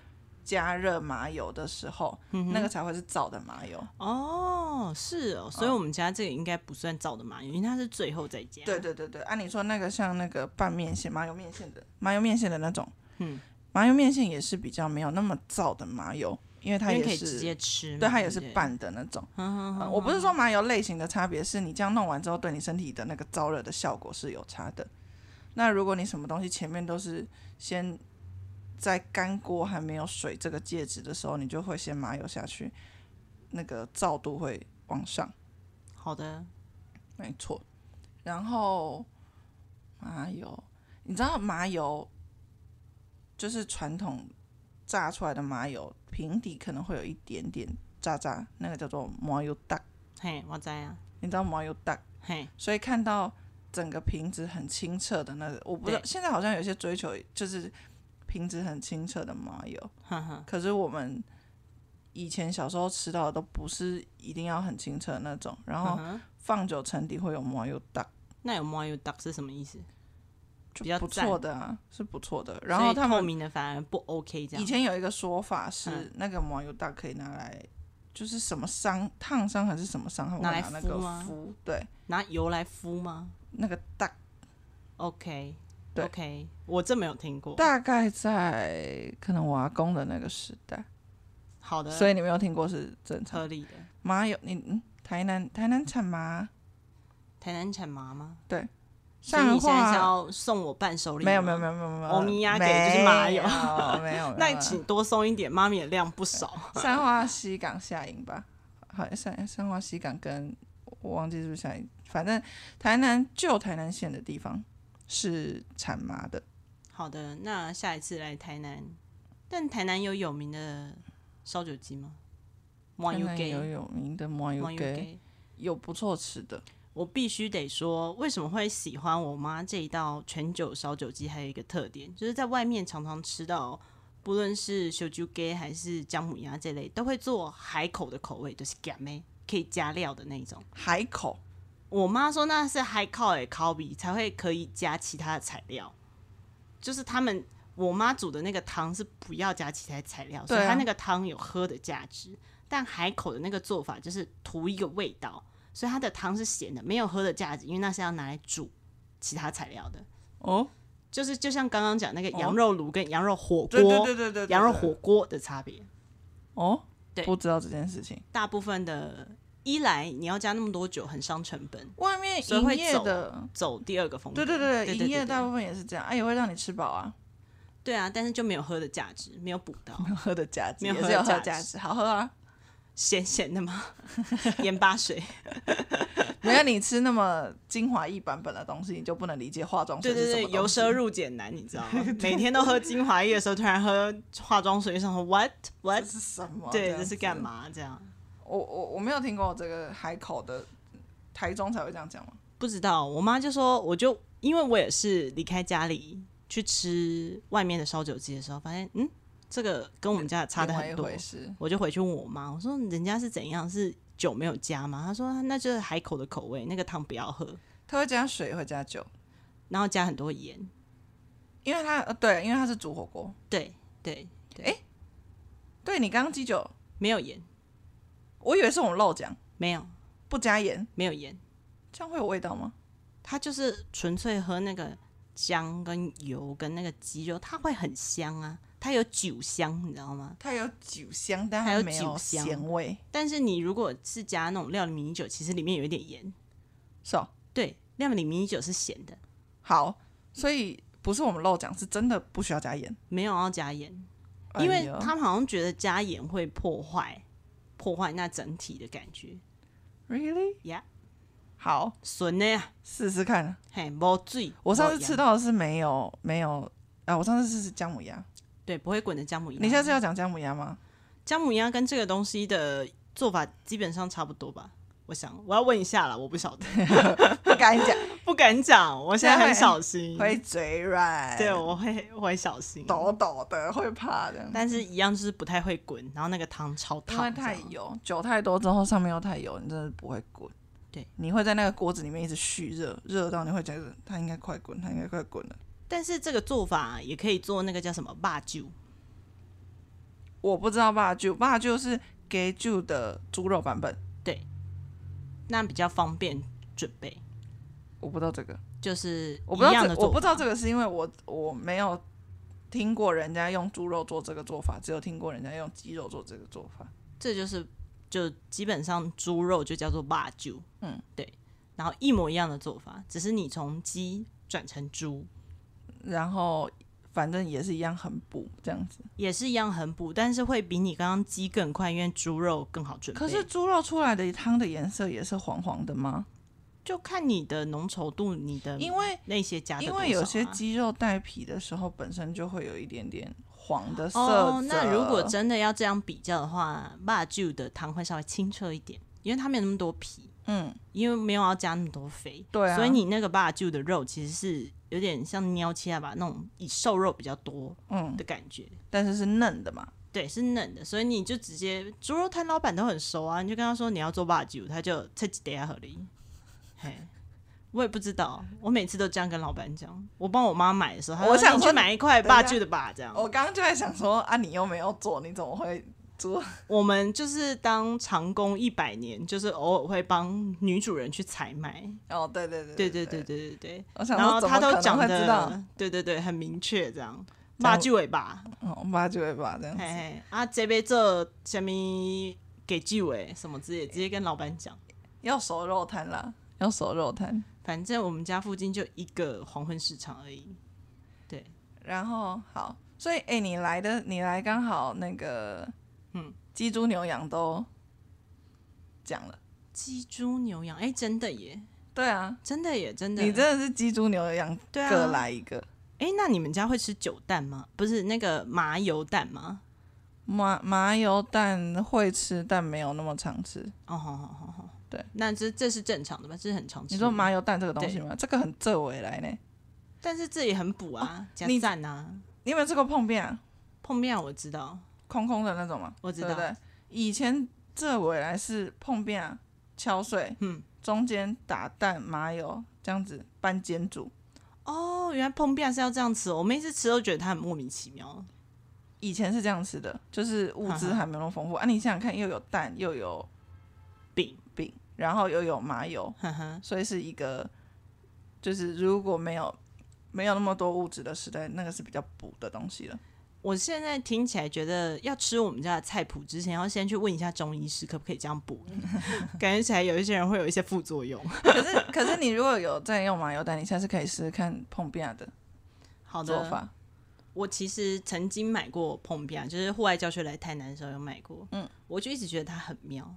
Speaker 2: 加热麻油的时候，
Speaker 1: 嗯
Speaker 2: 那个才会是燥的麻油。
Speaker 1: 哦，是哦，
Speaker 2: 嗯
Speaker 1: 所以我们家这个应该不算造的麻油，因为它是最后再加。
Speaker 2: 对，对对对，按、你说那个像那个拌面线、麻油面线的麻油面线的那种，
Speaker 1: 嗯，
Speaker 2: 麻油面线也是比较没有那么燥的麻油，因为它
Speaker 1: 因为
Speaker 2: 也
Speaker 1: 可以
Speaker 2: 是
Speaker 1: 直接吃嘛，
Speaker 2: 对它也
Speaker 1: 不
Speaker 2: 是拌的那种。
Speaker 1: 哼哼
Speaker 2: 呃
Speaker 1: 哼
Speaker 2: 我不是说麻油类型的差别，是你这样弄完之后对你身体的那个燥热的效果是有差的。那如果你什么东西前面都是先在干锅还没有水这个介质的时候，你就会先麻油下去，那个燥度会往上，
Speaker 1: 好的，
Speaker 2: 没错。然后麻油，你知道麻油就是传统炸出来的麻油，平底可能会有一点点渣渣，那个叫做麻油大。
Speaker 1: 嘿，我在啊，
Speaker 2: 你知道麻油大
Speaker 1: 嘿，
Speaker 2: 所以看到整个瓶子很清澈的那个，我不知道
Speaker 1: 对
Speaker 2: 现在好像有些追求就是瓶子很清澈的麻油，
Speaker 1: 哼哼，
Speaker 2: 可是我们以前小时候吃到的都不是一定要很清澈的那种，然后
Speaker 1: 嗯哼
Speaker 2: 放久沉底会有麻油大，
Speaker 1: 那有 mayo duck 是什么意思？
Speaker 2: 就
Speaker 1: 比较
Speaker 2: 不
Speaker 1: 赞
Speaker 2: 错的啊，是不错的。然后他
Speaker 1: 所以透
Speaker 2: 们
Speaker 1: 明的反而不 OK，这样
Speaker 2: 以前有一个说法是
Speaker 1: 嗯，
Speaker 2: 那个麻油大可以拿来。就是什么伤烫伤还是什么伤，他们
Speaker 1: 拿
Speaker 2: 会
Speaker 1: 来
Speaker 2: 拿那
Speaker 1: 敷
Speaker 2: 个
Speaker 1: 吗
Speaker 2: 敷，对，
Speaker 1: 拿油来敷吗
Speaker 2: 那个大
Speaker 1: ？OK，
Speaker 2: 对
Speaker 1: o k 我真没有听过。
Speaker 2: 大概在可能我阿公的那个时代，
Speaker 1: 好的，
Speaker 2: 所以你没有听过是正常
Speaker 1: 合理的。
Speaker 2: 麻油，你嗯，台南台南产麻，
Speaker 1: 台南产麻吗？
Speaker 2: 对，
Speaker 1: 所以
Speaker 2: 上
Speaker 1: 你现在是
Speaker 2: 话
Speaker 1: 要送我伴手礼？
Speaker 2: 没有没有没。有没有没有，
Speaker 1: 欧米亚给就是麻油
Speaker 2: 没有没有，
Speaker 1: 那
Speaker 2: 没有
Speaker 1: 请多送一点，妈咪的量不少。
Speaker 2: 三花西港下营吧，好三三花西港跟我忘记是不是下营，反正台南旧台南县的地方是产麻的，
Speaker 1: 好的，那下一次来台南，但台南有有名的烧酒鸡吗？麻
Speaker 2: 台
Speaker 1: 油
Speaker 2: 南
Speaker 1: 鸡，
Speaker 2: 有有名的麻油
Speaker 1: 麻油
Speaker 2: 给，
Speaker 1: 鸡。
Speaker 2: 有不错吃的，
Speaker 1: 我必须得说，为什么会喜欢我妈这一道全酒烧酒鸡？还有一个特点，就是在外面常常吃到，不论是烧酒鸡还是姜母鸭这类，都会做海口的口味，就是干妹可以加料的那种。
Speaker 2: 海口
Speaker 1: 我妈说那是海口的烤比才会可以加其他的材料，就是他们我妈煮的那个汤是不要加其他材料，所以
Speaker 2: 对啊
Speaker 1: 它那个汤有喝的价值。但海口的那个做法就是图一个味道，所以它的汤是咸的，没有喝的价值，因为那是要拿来煮其他材料的。
Speaker 2: 哦，
Speaker 1: 就是就像刚刚讲那个
Speaker 2: 哦
Speaker 1: 羊肉炉跟羊肉火锅、
Speaker 2: 对对对对对对，
Speaker 1: 羊肉
Speaker 2: 对
Speaker 1: 火锅的差别。
Speaker 2: 哦，
Speaker 1: 对
Speaker 2: 不知道这件事情。
Speaker 1: 大部分的一来你要加那么多酒，很伤成本，
Speaker 2: 外面
Speaker 1: 所以
Speaker 2: 营
Speaker 1: 会
Speaker 2: 业
Speaker 1: 走
Speaker 2: 的，
Speaker 1: 走第二个风格。
Speaker 2: 对对啊对对，营业
Speaker 1: 对
Speaker 2: 的大部分也是这样，哎，也会让你吃饱啊，
Speaker 1: 对啊，但是就没有喝的价值，没有补到
Speaker 2: 喝的价值
Speaker 1: 没有
Speaker 2: 也
Speaker 1: 喝
Speaker 2: 是
Speaker 1: 的
Speaker 2: 有喝
Speaker 1: 价
Speaker 2: 的价值，好喝啊。
Speaker 1: 咸咸的吗？盐巴水，
Speaker 2: 没有你吃那么精华一版本的东西，你就不能理解化妆
Speaker 1: 对
Speaker 2: 水哦是
Speaker 1: 对
Speaker 2: 什么
Speaker 1: 对，
Speaker 2: 东西
Speaker 1: 由奢入俭难，你知道吗？每天都喝精华液的时候，突然喝化妆水，就想说 what
Speaker 2: 这
Speaker 1: what，
Speaker 2: 是什么？
Speaker 1: 对，
Speaker 2: 样
Speaker 1: 这
Speaker 2: 子
Speaker 1: 是干？嘛？这样
Speaker 2: 我我我没有听过这个海口的，台中才会这样讲嘛。
Speaker 1: 不知道。我妈就说，我就因为我也是离开家里去吃外面的烧酒鸡的时候，发现嗯，这个跟我们家的差的
Speaker 2: 另外
Speaker 1: 很
Speaker 2: 一
Speaker 1: 多
Speaker 2: 回，事。
Speaker 1: 我就回去问我妈，我说人家是怎样是。酒没有加吗？她说那就是海口的口味，那个汤不要喝，
Speaker 2: 它会加水，也会加酒，
Speaker 1: 然后加很多盐。
Speaker 2: 因为它呃对，因为它是煮火锅。
Speaker 1: 对对，
Speaker 2: 对你刚刚鸡酒，
Speaker 1: 没有盐，
Speaker 2: 我以为是我们漏讲，
Speaker 1: 没有
Speaker 2: 不加盐，
Speaker 1: 没有盐，
Speaker 2: 这样会有味道吗？
Speaker 1: 它就是纯粹喝那个姜跟油跟那个鸡肉，它会很香啊，它有酒香，你知道吗？
Speaker 2: 它有酒香，但
Speaker 1: 它
Speaker 2: 它
Speaker 1: 有
Speaker 2: 没
Speaker 1: 酒
Speaker 2: 有
Speaker 1: 香
Speaker 2: 咸味，
Speaker 1: 但是你如果是加那种料理米酒，其实里面有一点盐，
Speaker 2: 是哦。
Speaker 1: 对，料理米酒是咸的，
Speaker 2: 好，所以不是我们漏讲，是真的不需要加盐，哎
Speaker 1: 没有要加盐，因为
Speaker 2: 它
Speaker 1: 他们好像觉得加盐会破坏破坏那整体的感觉，
Speaker 2: really
Speaker 1: Yeah
Speaker 2: 好，
Speaker 1: 损呢，
Speaker 2: 试试看。
Speaker 1: 啊嘿，没醉。
Speaker 2: 我上次
Speaker 1: 没盐
Speaker 2: 吃到的是没有没有啊，我上次是姜母鸭，
Speaker 1: 对不会滚的姜母鸭，
Speaker 2: 你下次要讲姜母鸭吗？
Speaker 1: 姜母鸭跟这个东西的做法基本上差不多吧？我想我要问一下了，我不晓 得，
Speaker 2: 不敢讲，
Speaker 1: 不敢讲，我现在很小心，
Speaker 2: 会嘴软，
Speaker 1: 对，我会我会小心，
Speaker 2: 抖抖的，会怕的。
Speaker 1: 但是一样就是不太会滚，然后那个汤超
Speaker 2: 因为
Speaker 1: 烫，
Speaker 2: 太
Speaker 1: 这样
Speaker 2: 油，酒太多之后上面又太油，你真的不会滚。
Speaker 1: 对，
Speaker 2: 你会在那个锅子里面一直蓄热，热到你会觉得它应该快滚，它应该快滚了。
Speaker 1: 但是这个做法也可以做那个叫什么霸酒，
Speaker 2: 我不知道吧，酒吧就是给酒的猪肉版本，
Speaker 1: 那比较方便准备，
Speaker 2: 我不知道这个，
Speaker 1: 就是
Speaker 2: 我不知道
Speaker 1: 一样
Speaker 2: 这
Speaker 1: 的
Speaker 2: 我
Speaker 1: 做
Speaker 2: 不
Speaker 1: 法
Speaker 2: 知道这个是因为我我没有听过人家用猪肉做这个做法，只有听过人家用鸡肉做这个做法。
Speaker 1: 这就是就基本上猪肉就叫做霸酒，嗯，对，然后一模一样的做法，只是你从鸡转成猪，
Speaker 2: 然后反正也是一样很补这样子。
Speaker 1: 也是一样很补，但是会比你刚刚鸡更快，因为猪肉更好准备。
Speaker 2: 可是猪肉出来的汤的颜色也是黄黄的吗？
Speaker 1: 就看你的浓稠度，你的
Speaker 2: 因为
Speaker 1: 那些嗯加的
Speaker 2: 因
Speaker 1: 多少啊、
Speaker 2: 为有些鸡肉带皮的时候，本身就会有一点点黄的色泽。
Speaker 1: 哦，那如果真的要这样比较的话，辣酒的汤会稍微清澈一点，因为它没有那么多皮，
Speaker 2: 嗯，
Speaker 1: 因为没有要加那么多肥，
Speaker 2: 对啊
Speaker 1: 所以你那个辣酒的肉其实是有点像喵切啊吧那种以瘦肉比较多
Speaker 2: 嗯，
Speaker 1: 的感觉，
Speaker 2: 但是是嫩的嘛，
Speaker 1: 对，是嫩的，所以你就直接猪肉摊老板都很熟啊，你就跟他说你要做辣酒，他就这几得合理，嘿。我也不知道，我每次都这样跟老板讲。我帮我妈买的时候，她
Speaker 2: 我
Speaker 1: 说
Speaker 2: 想
Speaker 1: 你去
Speaker 2: 说
Speaker 1: 买一块
Speaker 2: 等一下哦
Speaker 1: 霸酒的吧，这样。
Speaker 2: 我刚刚就在想说啊，你又没有做，你怎么会做？
Speaker 1: 我们就是当长工一百年，就是偶尔会帮女主人去采买。
Speaker 2: 哦，对对对
Speaker 1: 对对
Speaker 2: 对
Speaker 1: 对对对对。
Speaker 2: 我想
Speaker 1: 然后
Speaker 2: 说怎么
Speaker 1: 他
Speaker 2: 可
Speaker 1: 都
Speaker 2: 能
Speaker 1: 讲
Speaker 2: 会知道？
Speaker 1: 的，对对对，很明确这样。
Speaker 2: 这样
Speaker 1: 马句尾巴，
Speaker 2: 哦，我妈就会把这样
Speaker 1: 嘿
Speaker 2: 子。
Speaker 1: 嘿，啊，这边做什么给句尾什么之类，直接跟老板讲。
Speaker 2: 要熟肉摊啦，要熟肉摊。
Speaker 1: 反正我们家附近就一个黄昏市场而已。对，
Speaker 2: 然后好，所以哎、你来的你来刚好那个，
Speaker 1: 嗯，
Speaker 2: 鸡猪牛羊都讲了。
Speaker 1: 鸡、猪、牛、羊，哎、真的耶，
Speaker 2: 对啊，
Speaker 1: 真的耶，真的。
Speaker 2: 你真的是鸡猪牛羊
Speaker 1: 对啊
Speaker 2: 各来一个。
Speaker 1: 哎、那你们家会吃酒蛋吗？不是那个麻油蛋吗？
Speaker 2: 麻麻油蛋会吃，但没有那么常吃。
Speaker 1: 哦，好好好好，
Speaker 2: 对，
Speaker 1: 那这这是正常的吧？这是很常吃。
Speaker 2: 你说？麻油蛋这个东西吗？这个很浙尾来呢。
Speaker 1: 但是这也很补啊，加
Speaker 2: 哦你
Speaker 1: 赞啊。
Speaker 2: 你有没有吃过碰面啊？
Speaker 1: 碰面我知道，
Speaker 2: 空空的那种吗？
Speaker 1: 我知
Speaker 2: 对不
Speaker 1: 道
Speaker 2: 对？以前浙尾来是碰面啊，敲碎，
Speaker 1: 嗯，
Speaker 2: 中间打蛋麻油这样子拌煎煮。
Speaker 1: 哦，原来碰面是要这样吃哦。我每次吃都觉得它很莫名其妙。
Speaker 2: 以前是这样吃的，就是物资还没有那么丰富啊。你想想看，又有蛋，又有
Speaker 1: 饼，
Speaker 2: 饼，然后又有麻油，
Speaker 1: 呵呵，
Speaker 2: 所以是一个，就是如果没有没有那么多物质的时代，那个是比较补的 东西了。
Speaker 1: 我现在听起来觉得要吃我们家的菜谱之前，要先去问一下中医师可不可以这样补， 感觉起来有一些人会有一些副作用。
Speaker 2: 可是可是你如果有在用麻油蛋，你下次可以试试看碰壁的
Speaker 1: 好
Speaker 2: 做
Speaker 1: 的，
Speaker 2: 法。
Speaker 1: 我其实曾经买过碰面，就是户外教学来台南的时候有买过，嗯，我就一直觉得它很妙。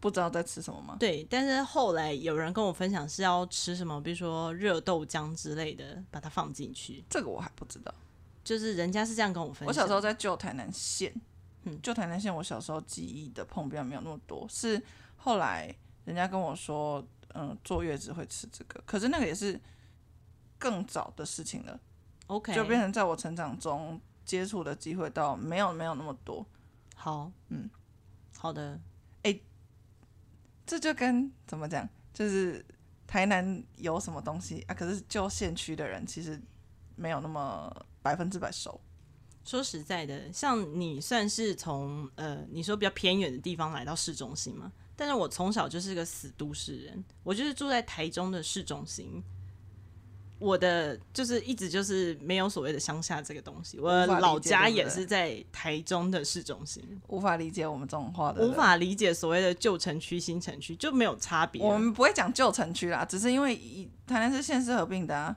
Speaker 2: 不知道在吃什么吗？
Speaker 1: 对，但是后来有人跟我分享是要吃什么，比如说热豆浆之类的，把它放进去。
Speaker 2: 这个我还不知道。
Speaker 1: 就是人家是这样跟我分享。
Speaker 2: 我小时候在旧台南县，
Speaker 1: 嗯
Speaker 2: 旧台南县我小时候记忆的碰壁没有那么多，是后来人家跟我说，嗯，坐月子会吃这个，可是那个也是更早的事情了，
Speaker 1: OK
Speaker 2: 就变成在我成长中接触的机会到没有没有那么多。
Speaker 1: 好，
Speaker 2: 嗯，
Speaker 1: 好的，
Speaker 2: 这就跟怎么讲，就是台南有什么东西啊，可是就县区的人其实没有那么百分之百熟。
Speaker 1: 说实在的，像你算是从呃，你说比较偏远的地方来到市中心嘛？但是我从小就是个死都市人，我就是住在台中的市中心。我的就是一直就是没有所谓的乡下这个东西，我的
Speaker 2: 无法理解
Speaker 1: 老家
Speaker 2: 对不对
Speaker 1: 也是在台中的市中心，
Speaker 2: 无法理解我们这种话的人，
Speaker 1: 无法理解所谓的旧城区、新城区就没有差别了。
Speaker 2: 我们不会讲旧城区啦，只是因为以台南是县市合并的啊，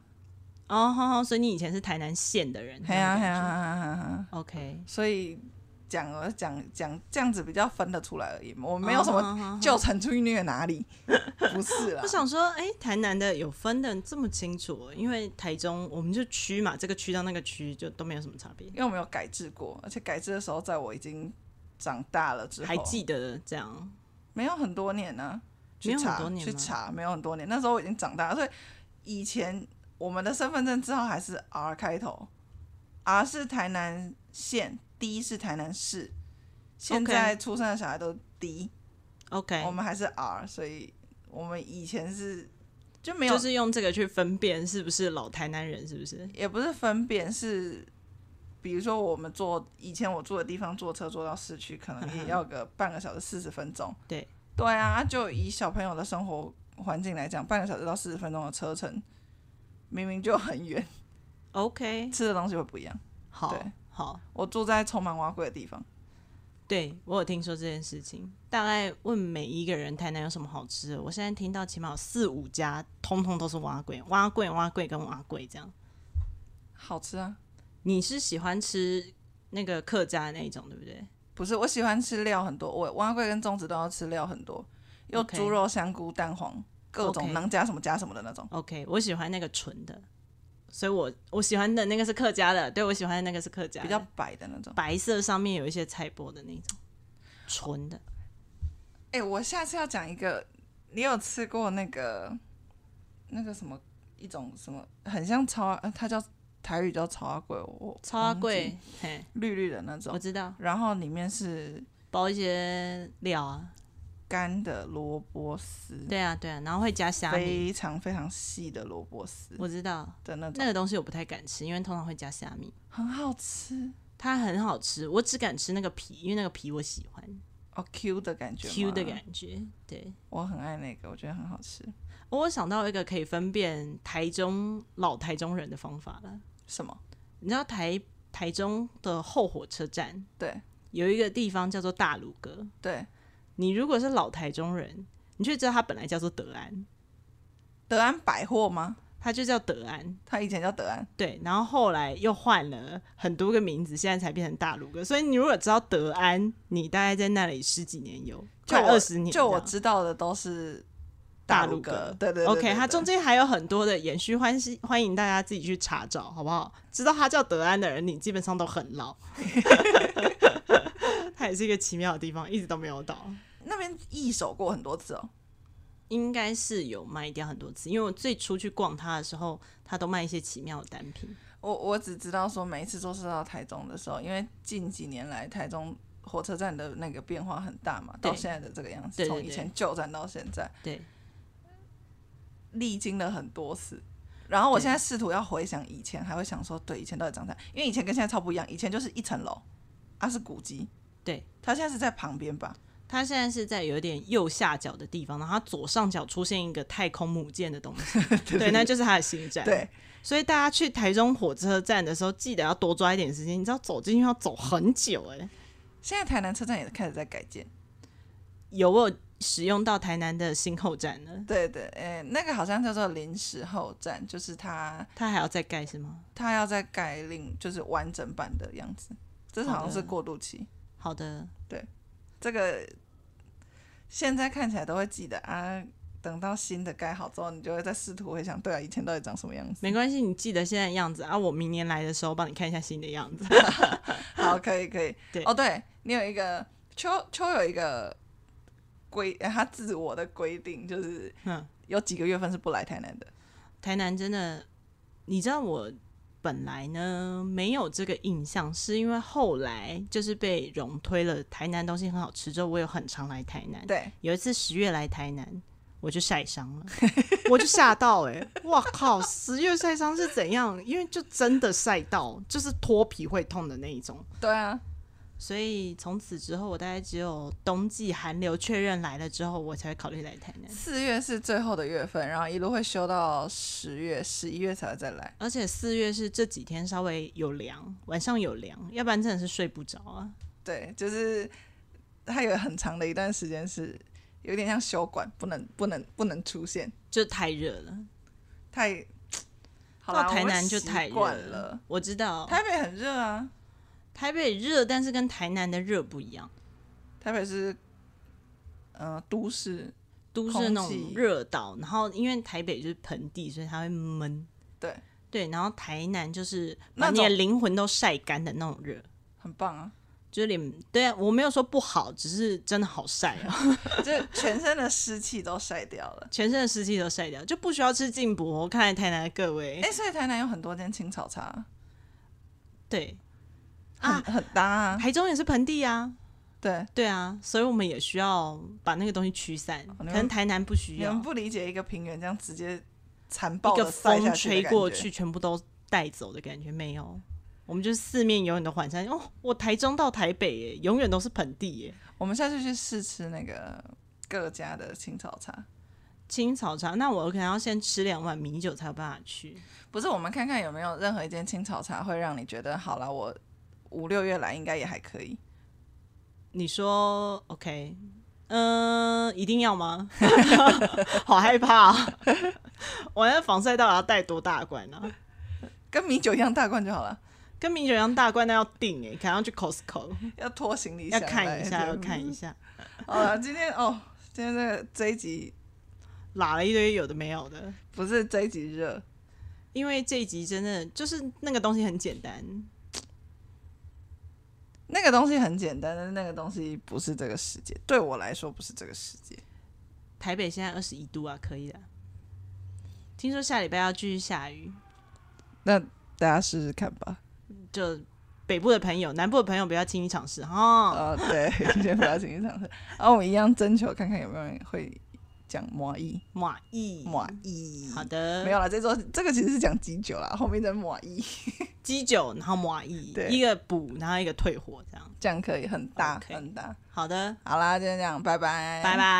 Speaker 1: 哦，好好，所以你以前是台南县的人，
Speaker 2: 嘿啊嘿啊嘿啊嘿啊嘿啊，
Speaker 1: o k
Speaker 2: 所以讲了讲讲这样子比较分得出来而已，我没有什
Speaker 1: 哦嗯
Speaker 2: 么旧城区虐哪里，不是啦
Speaker 1: 我，想说，哎、台南的有分的这么清楚哦，因为台中我们就区嘛，这个区到那个区就都没有什么差别
Speaker 2: 因，为我们有改制过，而且改制的时候在我已经长大了之后，
Speaker 1: 还记得这样。
Speaker 2: 没有很多年呢、
Speaker 1: 没
Speaker 2: 去
Speaker 1: 有很
Speaker 2: 查
Speaker 1: 多年
Speaker 2: 去
Speaker 1: 吗
Speaker 2: 查，没有很多年。那时候我已经长大了，所以以前我们的身份证字号还是 R 开头，R 是台南县，D 是台南市。现
Speaker 1: OK
Speaker 2: 在出生的小孩都 D，、
Speaker 1: OK，
Speaker 2: 我们还是 R，所以我们以前是就没有，
Speaker 1: 就是用这个去分辨是不是老台南人，是不是？
Speaker 2: 也不是分辨是。比如说，我们坐以前我住的地方坐车坐到市区，可能也要个半个小时四十分钟。
Speaker 1: 对，
Speaker 2: 对啊，就以小朋友的生活环境来讲，半个小时到四十分钟的车程，明明就很远，
Speaker 1: OK，
Speaker 2: 吃的东西会不一样。
Speaker 1: 好
Speaker 2: 对
Speaker 1: 好，
Speaker 2: 我住在充满蛙贵的地方，
Speaker 1: 对我有听说这件事情，大概问每一个人台南有什么好吃的，我现在听到起码有四五家，通通都是蛙桂、蛙桂、蛙桂跟蛙桂这样。
Speaker 2: 好吃啊！
Speaker 1: 你是喜欢吃那个客家那一种，对不对？
Speaker 2: 不是，我喜欢吃料很多，我蛙贵跟粽子都要吃料很多，有
Speaker 1: OK
Speaker 2: 猪肉、香菇、蛋黄，各种
Speaker 1: OK
Speaker 2: 能加什么加什么的那种。
Speaker 1: OK，我喜欢那个纯的，所以我我喜欢的那个是客家的，对我喜欢的那个是客家的，
Speaker 2: 比较白的那种。
Speaker 1: 白色上面有一些菜脯的那种，纯的。
Speaker 2: 哎、我下次要讲一个，你有吃过那个那个什么一种什么，很像超啊，呃它叫台语叫超阿贵，我
Speaker 1: 超阿，
Speaker 2: 忘
Speaker 1: 贵
Speaker 2: 记，
Speaker 1: 嘿，
Speaker 2: 绿绿的那
Speaker 1: 我
Speaker 2: 种，
Speaker 1: 知道，
Speaker 2: 然后里面是
Speaker 1: 包一些料啊，
Speaker 2: 干的萝卜丝，
Speaker 1: 对啊对啊，然后会加虾米，
Speaker 2: 嗯非常非常细的萝卜丝
Speaker 1: 我知道
Speaker 2: 的那种，
Speaker 1: 那个东西我不太敢吃，因为通常会加虾米，
Speaker 2: 很好吃，
Speaker 1: 它很好吃，我只敢吃那个皮，因为那个皮我喜欢
Speaker 2: 哦 Q 的感觉吗
Speaker 1: ，Q 的感觉，对。
Speaker 2: 我很爱那个，我觉得很好吃。
Speaker 1: 哦我想到一个可以分辨台中老台中人的方法了。
Speaker 2: 什么？
Speaker 1: 你知道台台中的后火车站
Speaker 2: 对
Speaker 1: 有一个地方叫做大鲁阁，
Speaker 2: 对，
Speaker 1: 你如果是老台中人，你就会知道它本来叫做德安，
Speaker 2: 德安百货吗？
Speaker 1: 它就叫德安。
Speaker 2: 它以前叫德安，
Speaker 1: 对，然后后来又换了很多个名字，现在才变成大鲁阁。所以你如果知道德安，你大概在那里十几年有，
Speaker 2: 就
Speaker 1: 快
Speaker 2: 我
Speaker 1: 二十年这
Speaker 2: 就
Speaker 1: 样。
Speaker 2: 我知道的都是
Speaker 1: 大
Speaker 2: 陆
Speaker 1: 陆
Speaker 2: 歌
Speaker 1: 歌，
Speaker 2: 对对对
Speaker 1: OK，它中
Speaker 2: 间
Speaker 1: 间还有很多的延续，欢喜欢迎大家自己去查找，好不好？知道他叫德安的人，你基本上都很老。 它也是一个奇妙的地方，一直都没有倒，
Speaker 2: 那边易手过很多次哦。
Speaker 1: 应该是有卖掉很多次，因为我最初去逛它的时候，它都卖一些奇妙的单品。
Speaker 2: 我我只知道说每一次坐车到台中的时候，因为近几年来台中火车站的那个变化很大嘛，
Speaker 1: 对
Speaker 2: 到现在的这个样子，
Speaker 1: 对对
Speaker 2: 从以
Speaker 1: 对
Speaker 2: 前旧站到现在，
Speaker 1: 对，
Speaker 2: 历经了很多次。然后我
Speaker 1: 对
Speaker 2: 现在试图要回想以前，还会想说，对，以前到底长啥样？因为以前跟现在超不一样，以前就是一层楼，它、是古迹，
Speaker 1: 对，
Speaker 2: 它现在是在旁边吧？
Speaker 1: 它现在是在有点右下角的地方，然后它左上角出现一个太空母舰的东西， 对，那就是它的新站。
Speaker 2: 对，
Speaker 1: 所以大家去台中火车站的时候，记得要多抓一点时间。你知道走进去要走很久哎、
Speaker 2: 现在台南车站也开始在改建。
Speaker 1: 有我有使用到台南的新后站呢，
Speaker 2: 对对，诶、那个好像叫做临时候站，就是它
Speaker 1: 它还要再盖是吗？
Speaker 2: 它要再改另就是完整版的样子，这好像是过渡期。
Speaker 1: 好的，
Speaker 2: 这个现在看起来都会记得啊，等到新的盖好之后，你就会再试图回想，对啊，以前到底长什么样子。
Speaker 1: 没关系，你记得现在的样子啊。我明年来的时候帮你看一下新的样子。
Speaker 2: 好，可以可以。
Speaker 1: 对
Speaker 2: 哦，对你有一个秋秋有一个规，呃他自我的规定就是
Speaker 1: 嗯，
Speaker 2: 有几个月份是不来台南的。
Speaker 1: 台南真的，你知道我本来呢没有这个印象，是因为后来就是被荣推了台南东西很好吃之后，我有很常来台南。
Speaker 2: 对，
Speaker 1: 有一次十月来台南，我就晒伤了，我就吓到哎、欸，哇靠！十月晒伤是怎样？因为就真的晒到，就是脱皮会痛的那一种。
Speaker 2: 对啊，
Speaker 1: 所以从此之后，我大概只有冬季寒流确认来了之后，我才会考虑来台南。
Speaker 2: 四月是最后的月份，然后一路会休到十月、十一月才会再来。
Speaker 1: 而且四月是这几天稍微有凉，晚上有凉，要不然真的是睡不着啊。
Speaker 2: 对，就是它有很长的一段时间是有点像休馆，不能不能不能出现，
Speaker 1: 就太热了，
Speaker 2: 太好啦
Speaker 1: 到台
Speaker 2: 我们
Speaker 1: 南就
Speaker 2: 习
Speaker 1: 太热
Speaker 2: 惯
Speaker 1: 了
Speaker 2: 了。。
Speaker 1: 我知道
Speaker 2: 台北很热啊，
Speaker 1: 台北热，但是跟台南的热不一样，
Speaker 2: 台北是呃都市，
Speaker 1: 都
Speaker 2: 空
Speaker 1: 是那种
Speaker 2: 气
Speaker 1: 热岛，然后因为台北就是盆地，所以它会闷。
Speaker 2: 对，
Speaker 1: 对，然后台南就是
Speaker 2: 那
Speaker 1: 把你的
Speaker 2: 种
Speaker 1: 灵魂都晒干的那种热，
Speaker 2: 很棒啊，
Speaker 1: 就是脸对啊，我没有说不好，只是真的好晒啊，
Speaker 2: 就是全身的湿气都晒掉了。
Speaker 1: 全身的湿气都晒掉，就不需要吃进补哦。看来台南的各位
Speaker 2: 哎、，所以台南有很多间青草
Speaker 1: 啊
Speaker 2: 茶，
Speaker 1: 对，
Speaker 2: 很、
Speaker 1: 啊
Speaker 2: 很搭啊。
Speaker 1: 台中也是盆地啊，
Speaker 2: 对，
Speaker 1: 对啊，所以我们也需要把那个东西驱散，
Speaker 2: 你
Speaker 1: 可
Speaker 2: 们
Speaker 1: 能台南不需
Speaker 2: 你
Speaker 1: 要，
Speaker 2: 们不理解一个平原这样直接残暴
Speaker 1: 一个
Speaker 2: 的晒
Speaker 1: 风
Speaker 2: 下去的
Speaker 1: 吹
Speaker 2: 感
Speaker 1: 过
Speaker 2: 觉
Speaker 1: 去，全部都带走的感觉没有。我们就是四面有你的环山哦，我台中到台北耶，永远都是盆地耶。
Speaker 2: 我们下次去试吃那个各家的青草茶，
Speaker 1: 青草茶，那我可能要先吃两碗米酒才有办法去。
Speaker 2: 不是，我们看看有没有任何一间青草茶会让你觉得好了，我五六月来应该也还可以。
Speaker 1: 你说 OK？嗯、一定要吗？ 好害怕、哦！我那防晒到底要带多大罐呢、啊？
Speaker 2: 跟米酒一样大罐就好了，
Speaker 1: 跟米酒一样大罐，那要订哎、可能要去 Costco，
Speaker 2: 要拖行李
Speaker 1: 要
Speaker 2: 箱
Speaker 1: 看一下，要看一
Speaker 2: 下。
Speaker 1: 下，
Speaker 2: 好了，今天哦，今天这个这一集
Speaker 1: 拉了一堆有的没有的。
Speaker 2: 不是这一集热，
Speaker 1: 因为这一集真的就是那个东西很简单，
Speaker 2: 那个东西很简单，但是那个东西不是这个世界，对我来说不是这个世界。
Speaker 1: 台北现在二十一度啊，可以的。听说下礼拜要继续下雨，
Speaker 2: 那大家试试看 吧。
Speaker 1: 就北部的朋友、南部的朋友不要轻易尝试哈。
Speaker 2: 哦，对，先不要轻易尝试。然啊后我们一样征求看看有没有人会讲摩伊
Speaker 1: 满意，
Speaker 2: 摩伊。
Speaker 1: 好的，
Speaker 2: 没有了，这桌这个其实是讲基酒啦，后面的摩伊
Speaker 1: 基酒，然后麻意，
Speaker 2: 对
Speaker 1: 一个补，然后一个退火，这样。
Speaker 2: 这样可以很大
Speaker 1: OK
Speaker 2: 很大。
Speaker 1: 好的，
Speaker 2: 好啦，就这样，拜拜，
Speaker 1: 拜拜。